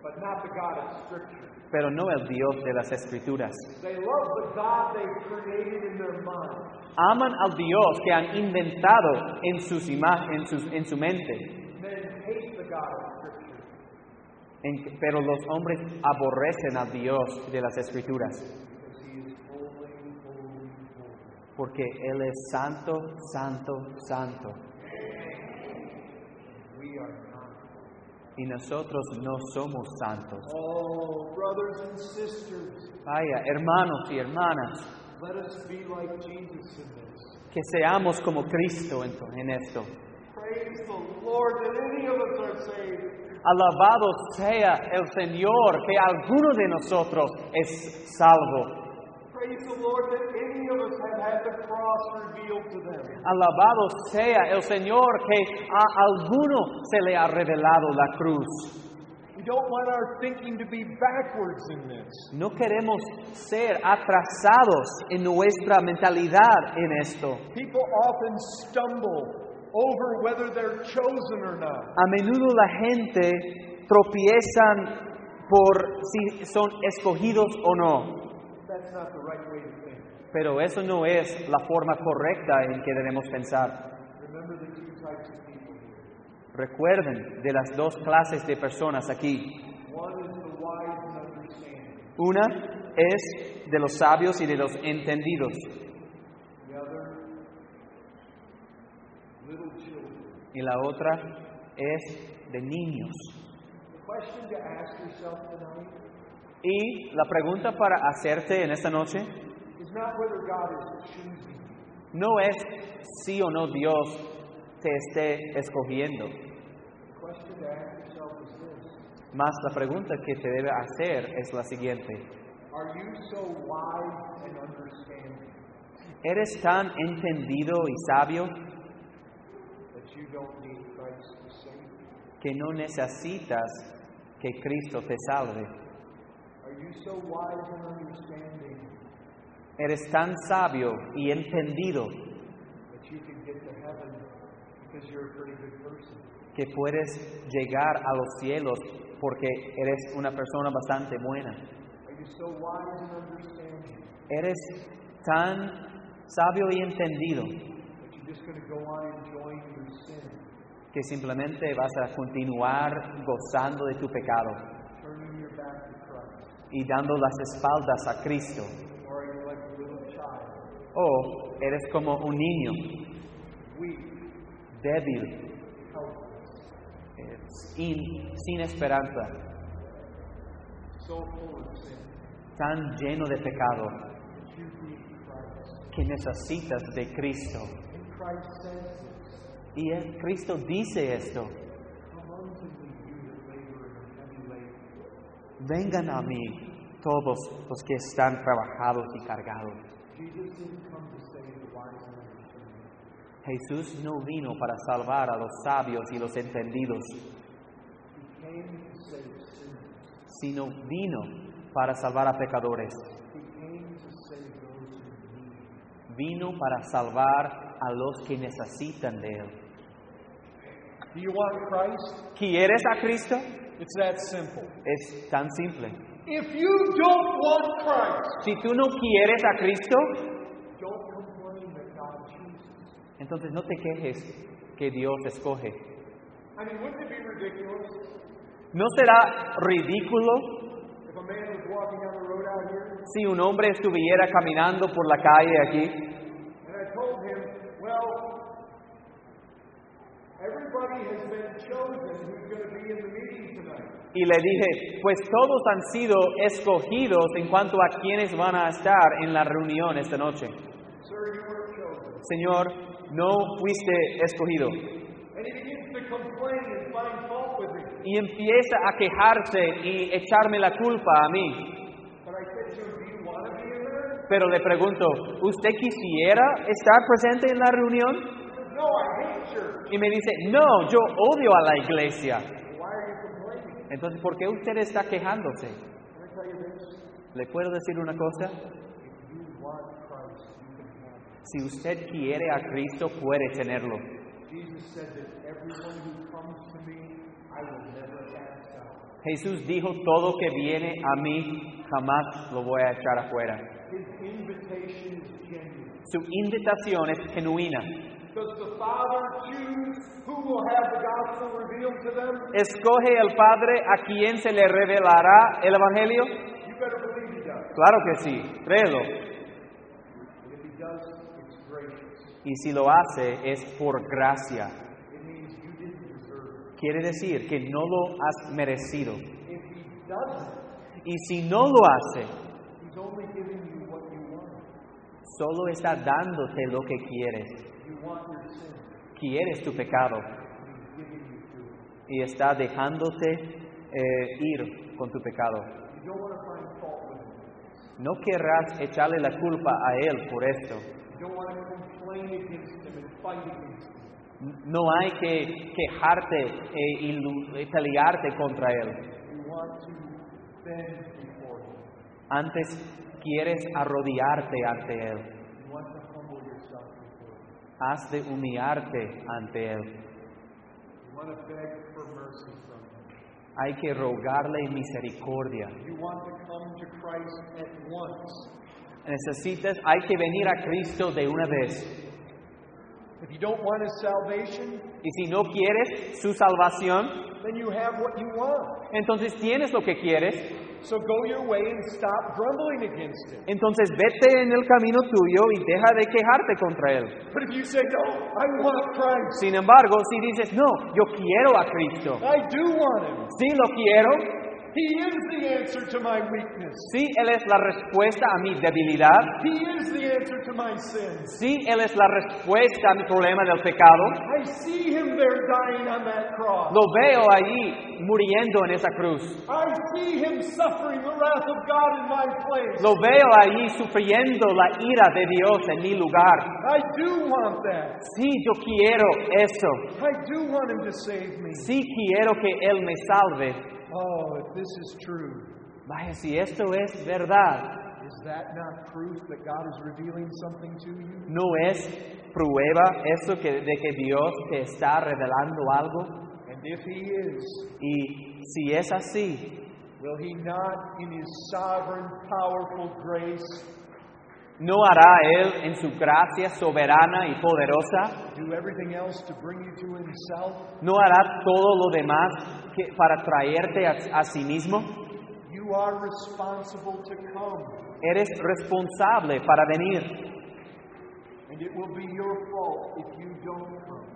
[SPEAKER 1] but not the God of Scripture.
[SPEAKER 2] pero no el Dios de las Escrituras.
[SPEAKER 1] They love the God they created in their mind.
[SPEAKER 2] Aman al Dios que han inventado en, sus ima- en, sus- en su mente,
[SPEAKER 1] Men hate the God of Scripture.
[SPEAKER 2] En- pero los hombres aborrecen al Dios de las Escrituras,
[SPEAKER 1] Because he is holy, holy, holy.
[SPEAKER 2] porque Él es santo, santo, santo.
[SPEAKER 1] We are not.
[SPEAKER 2] y nosotros no somos santos.
[SPEAKER 1] Oh, brothers and sisters,
[SPEAKER 2] Vaya, hermanos y hermanas,
[SPEAKER 1] let us be like Jesus in this.
[SPEAKER 2] que seamos como Cristo en, en esto.
[SPEAKER 1] Praise the Lord that any of us are saved.
[SPEAKER 2] Alabado sea el Señor, que alguno de nosotros es salvo.
[SPEAKER 1] Praise the Lord that any of us have had the cross revealed to them.
[SPEAKER 2] Alabado sea el Señor, que a alguno se le ha revelado la cruz.
[SPEAKER 1] We don't want our thinking to be backwards in this.
[SPEAKER 2] No queremos ser atrasados en nuestra mentalidad en esto.
[SPEAKER 1] People often stumble over whether they're chosen or not.
[SPEAKER 2] A menudo la gente tropiezan por si son escogidos o no,
[SPEAKER 1] That's not the right way to think.
[SPEAKER 2] pero eso no es la forma correcta en que debemos pensar.
[SPEAKER 1] Remember the two types of people here.
[SPEAKER 2] Recuerden de las dos clases de personas aquí.
[SPEAKER 1] One is the wise and understanding.
[SPEAKER 2] Una es de los sabios y de los entendidos,
[SPEAKER 1] The other, little children.
[SPEAKER 2] y la otra es de niños.
[SPEAKER 1] The question to ask yourself tonight
[SPEAKER 2] Y la pregunta para hacerte en esta noche
[SPEAKER 1] is not whether God is choosing you.
[SPEAKER 2] no es si o no Dios te esté escogiendo.
[SPEAKER 1] The question to ask yourself is this
[SPEAKER 2] Más la pregunta que te debe hacer es la siguiente.
[SPEAKER 1] Are you so wise and understanding
[SPEAKER 2] ¿Eres tan entendido y sabio
[SPEAKER 1] that you don't need Christ to save you?
[SPEAKER 2] que no necesitas que Cristo te salve?
[SPEAKER 1] Are you so wise and understanding
[SPEAKER 2] Eres tan sabio y entendido
[SPEAKER 1] that you can get to heaven because you're a pretty good person.
[SPEAKER 2] que puedes llegar a los cielos porque eres una persona bastante buena.
[SPEAKER 1] Are you so wise and understanding
[SPEAKER 2] Eres tan sabio y entendido
[SPEAKER 1] that you're just going to go on enjoying your sin,
[SPEAKER 2] que simplemente vas a continuar gozando de tu pecado
[SPEAKER 1] turning your back to Christ?
[SPEAKER 2] y dando las espaldas a Cristo?
[SPEAKER 1] Or are you like a little child,
[SPEAKER 2] ¿O eres como un niño
[SPEAKER 1] weak,
[SPEAKER 2] débil,
[SPEAKER 1] helpless,
[SPEAKER 2] eh, sin, sin esperanza,
[SPEAKER 1] so full of sin
[SPEAKER 2] tan lleno de pecado
[SPEAKER 1] that you need Christ?
[SPEAKER 2] que necesitas de Cristo?
[SPEAKER 1] And Christ says this,
[SPEAKER 2] Y el- Cristo dice esto,
[SPEAKER 1] Come unto me, you that labor and are heavy laden,
[SPEAKER 2] vengan a mí todos los que están trabajados y cargados.
[SPEAKER 1] Jesus didn't come to save the wise and understanding.
[SPEAKER 2] Jesús no vino para salvar a los sabios y los entendidos,
[SPEAKER 1] He came to save sinners.
[SPEAKER 2] sino vino para salvar a pecadores.
[SPEAKER 1] He came to save those who need.
[SPEAKER 2] Vino para salvar a los que necesitan de Él.
[SPEAKER 1] Do you want Christ?
[SPEAKER 2] ¿Quieres a Cristo?
[SPEAKER 1] It's that simple.
[SPEAKER 2] Es tan simple.
[SPEAKER 1] If you don't want Christ,
[SPEAKER 2] Si tú no quieres a Cristo,
[SPEAKER 1] don't complain that God chooses.
[SPEAKER 2] entonces no te quejes que Dios escoge.
[SPEAKER 1] I mean, wouldn't it be ridiculous
[SPEAKER 2] ¿No será ridículo
[SPEAKER 1] if a man was walking down the road out here
[SPEAKER 2] si un hombre estuviera caminando por la calle aquí
[SPEAKER 1] and I told him, well, everybody has been chosen who's going to be in the meeting tonight.
[SPEAKER 2] y le dije, pues todos han sido escogidos en cuanto a quienes van a estar en la reunión esta
[SPEAKER 1] Sir,
[SPEAKER 2] noche?
[SPEAKER 1] you weren't chosen.
[SPEAKER 2] Señor, no fuiste escogido.
[SPEAKER 1] And he begins to complain and find fault with me.
[SPEAKER 2] Y empieza a quejarse y echarme la culpa a mí.
[SPEAKER 1] But I said to him, do you want to be in there?
[SPEAKER 2] Pero le pregunto, ¿usted quisiera estar presente en la reunión?
[SPEAKER 1] He says, no, I hate church.
[SPEAKER 2] Y me dice, no, yo odio a la iglesia.
[SPEAKER 1] Why are you complaining?
[SPEAKER 2] Entonces, ¿por qué usted está quejándose?
[SPEAKER 1] Can I tell you this?
[SPEAKER 2] ¿Le puedo decir una cosa?
[SPEAKER 1] If you want Christ, you can have him.
[SPEAKER 2] Si usted quiere a Cristo, puede tenerlo.
[SPEAKER 1] Jesus said that everyone who comes to me, I will never cast out.
[SPEAKER 2] Jesús dijo, todo que viene a mí, jamás lo voy a echar afuera.
[SPEAKER 1] His invitation is genuine.
[SPEAKER 2] Su invitación es genuina.
[SPEAKER 1] Does the Father choose who will have the gospel revealed to them?
[SPEAKER 2] ¿Escoge el Padre a quien se le revelará el Evangelio?
[SPEAKER 1] You better believe he does.
[SPEAKER 2] Claro que sí, créelo.
[SPEAKER 1] And if he does, it's gracious.
[SPEAKER 2] Y si lo hace es por gracia.
[SPEAKER 1] It means you didn't deserve it.
[SPEAKER 2] Quiere decir que no lo has merecido.
[SPEAKER 1] If he doesn't,
[SPEAKER 2] Y si no lo hace,
[SPEAKER 1] he's only giving you what you want.
[SPEAKER 2] solo está dándote lo que quieres.
[SPEAKER 1] You want your sin,
[SPEAKER 2] Quieres tu pecado
[SPEAKER 1] he's giving you to it.
[SPEAKER 2] y está dejándote eh, ir con tu pecado.
[SPEAKER 1] You don't want to find fault with him.
[SPEAKER 2] No querrás echarle la culpa a Él por esto.
[SPEAKER 1] You don't want to complain against him and fight against him.
[SPEAKER 2] No hay que quejarte eh, y lu- y pelearte contra Él.
[SPEAKER 1] You want to bend before him.
[SPEAKER 2] Antes quieres arrodillarte ante Él,
[SPEAKER 1] You want to humble yourself before him.
[SPEAKER 2] has de humillarte ante Él.
[SPEAKER 1] You want to beg for mercy from him.
[SPEAKER 2] Hay que rogarle misericordia.
[SPEAKER 1] You want to come to Christ at once.
[SPEAKER 2] Necesitas, hay que venir a Cristo de una vez.
[SPEAKER 1] If you don't want his salvation,
[SPEAKER 2] Y si no quieres su salvación,
[SPEAKER 1] then you have what you want.
[SPEAKER 2] entonces tienes lo que quieres.
[SPEAKER 1] So go your way and stop grumbling against him.
[SPEAKER 2] Entonces vete en el camino tuyo y deja de quejarte contra Él.
[SPEAKER 1] But if you say, No, I want Christ,
[SPEAKER 2] Sin embargo, si dices, no, yo quiero a Cristo,
[SPEAKER 1] I do want him.
[SPEAKER 2] sí lo quiero,
[SPEAKER 1] He is the answer to my weakness.
[SPEAKER 2] sí Él es la respuesta a mi debilidad,
[SPEAKER 1] He is the answer to my sins.
[SPEAKER 2] sí Él es la respuesta a mi problema del pecado,
[SPEAKER 1] I see him there dying on that cross.
[SPEAKER 2] Lo veo allí muriendo en esa cruz.
[SPEAKER 1] I see him suffering the wrath of God in my place.
[SPEAKER 2] Lo veo allí sufriendo la ira de Dios en mi lugar.
[SPEAKER 1] I do want that.
[SPEAKER 2] Sí, yo quiero eso.
[SPEAKER 1] I do want him to save me.
[SPEAKER 2] Sí quiero que Él me salve.
[SPEAKER 1] Oh, if this is true,
[SPEAKER 2] Vaya, si esto es verdad,
[SPEAKER 1] it Is that not proof that God is revealing something to you?
[SPEAKER 2] ¿No es prueba eso que, de que Dios te está revelando algo?
[SPEAKER 1] And if He is,
[SPEAKER 2] Y si es así,
[SPEAKER 1] will He not, in His sovereign, powerful grace,
[SPEAKER 2] ¿no hará Él en su gracia soberana y poderosa?
[SPEAKER 1] do everything else to bring you to Himself?
[SPEAKER 2] ¿No hará todo lo demás que- para traerte a- a sí mismo?
[SPEAKER 1] You are responsible to come,
[SPEAKER 2] Eres responsable para venir
[SPEAKER 1] and it will be your fault if you don't come.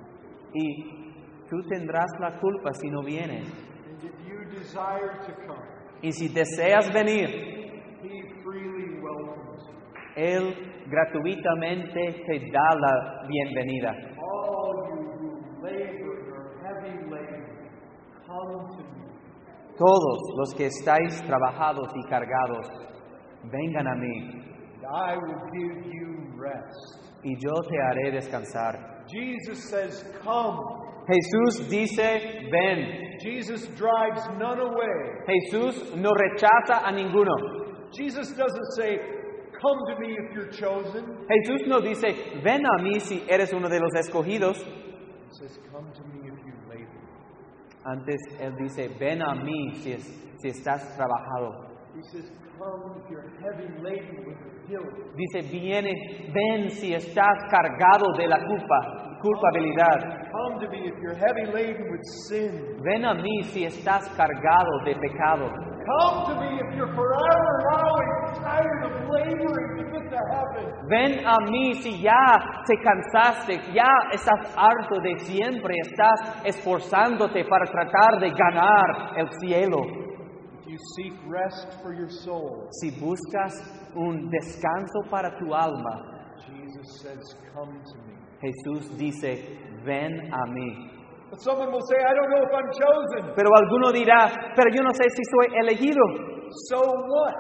[SPEAKER 2] y tú tendrás la culpa si no vienes.
[SPEAKER 1] And if you desire to come,
[SPEAKER 2] Y si deseas venir,
[SPEAKER 1] He freely welcomes you.
[SPEAKER 2] Él gratuitamente te da la bienvenida.
[SPEAKER 1] All you who labor and are heavy laden, come to me.
[SPEAKER 2] Todos los que estáis trabajados y cargados, vengan a mí
[SPEAKER 1] and I will give you rest.
[SPEAKER 2] y yo te haré descansar.
[SPEAKER 1] Jesus says, Come.
[SPEAKER 2] Jesús dice, ven.
[SPEAKER 1] Jesus drives none away.
[SPEAKER 2] Jesús no rechaza a ninguno.
[SPEAKER 1] Jesus doesn't say, Come to me if you're chosen.
[SPEAKER 2] Jesús no dice, ven a mí si eres uno de los escogidos.
[SPEAKER 1] He says, Come to me if you labor.
[SPEAKER 2] Antes Él dice, ven a mí si, es- si estás trabajado.
[SPEAKER 1] He says, Come if you're heavy laden with guilt.
[SPEAKER 2] Dice, viene, ven si estás cargado de la culpa, culpabilidad.
[SPEAKER 1] Come to me if you're heavy laden with sin.
[SPEAKER 2] Ven a mí si estás cargado de pecado.
[SPEAKER 1] Come to me if you're forever allowing, tired of laboring to get to heaven.
[SPEAKER 2] Ven a mí si ya te cansaste, ya estás harto de siempre, estás esforzándote para tratar de ganar el cielo.
[SPEAKER 1] If you seek rest for your soul,
[SPEAKER 2] Si buscas un descanso para tu alma,
[SPEAKER 1] Jesus says, Come to me.
[SPEAKER 2] Jesús dice, ven a mí.
[SPEAKER 1] But someone will say, I don't know if I'm chosen.
[SPEAKER 2] Pero alguno dirá, pero yo no sé si soy elegido.
[SPEAKER 1] So what?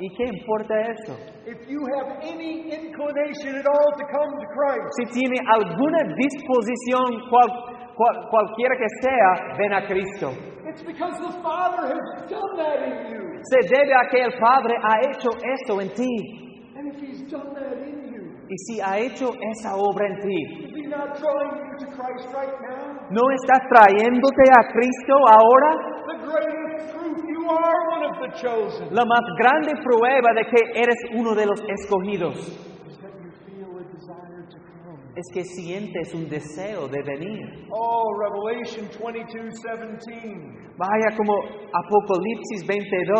[SPEAKER 2] ¿Y qué importa eso?
[SPEAKER 1] If you have any inclination at all to come to Christ,
[SPEAKER 2] Si tiene alguna disposición, cual- cual- cualquiera que sea, ven a Cristo.
[SPEAKER 1] it's because the Father has done that in you.
[SPEAKER 2] Se debe a que el Padre ha hecho esto en ti.
[SPEAKER 1] And if He's done that in you,
[SPEAKER 2] Y si ha hecho esa obra en ti,
[SPEAKER 1] is He not drawing you to Christ right now?
[SPEAKER 2] ¿no está trayéndote a Cristo ahora?
[SPEAKER 1] The greatest truth, you are one of the chosen,
[SPEAKER 2] La más grande prueba de que eres uno de los escogidos
[SPEAKER 1] is that you feel a desire to come.
[SPEAKER 2] es que sientes un deseo de venir.
[SPEAKER 1] Oh, Revelation 22 17.
[SPEAKER 2] Vaya como Apocalipsis 22,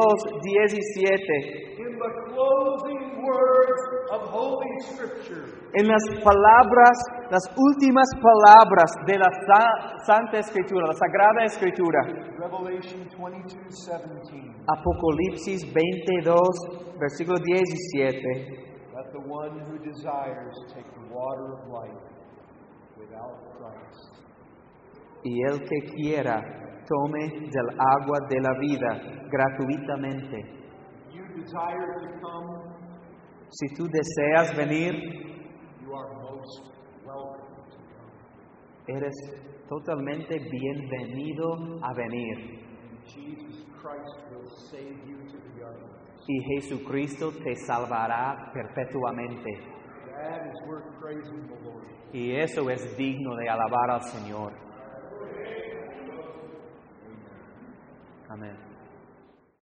[SPEAKER 2] 17.
[SPEAKER 1] In the closing words of Holy Scripture,
[SPEAKER 2] En las palabras, las últimas palabras de la sa- Santa Escritura, la Sagrada Escritura.
[SPEAKER 1] Revelation 22 17.
[SPEAKER 2] Apocalipsis 22, versículo 17.
[SPEAKER 1] Let the one who desires take the water of life without price.
[SPEAKER 2] Y el que quiera, tome del agua de la vida gratuitamente.
[SPEAKER 1] If you desire to come,
[SPEAKER 2] Si tú deseas venir,
[SPEAKER 1] you are most welcome.
[SPEAKER 2] eres totalmente bienvenido a venir.
[SPEAKER 1] And Jesus Christ will save you to the uttermost.
[SPEAKER 2] Y Jesucristo te salvará perpetuamente.
[SPEAKER 1] That is worth praising the Lord.
[SPEAKER 2] Y eso es digno de alabar al Señor. Amén.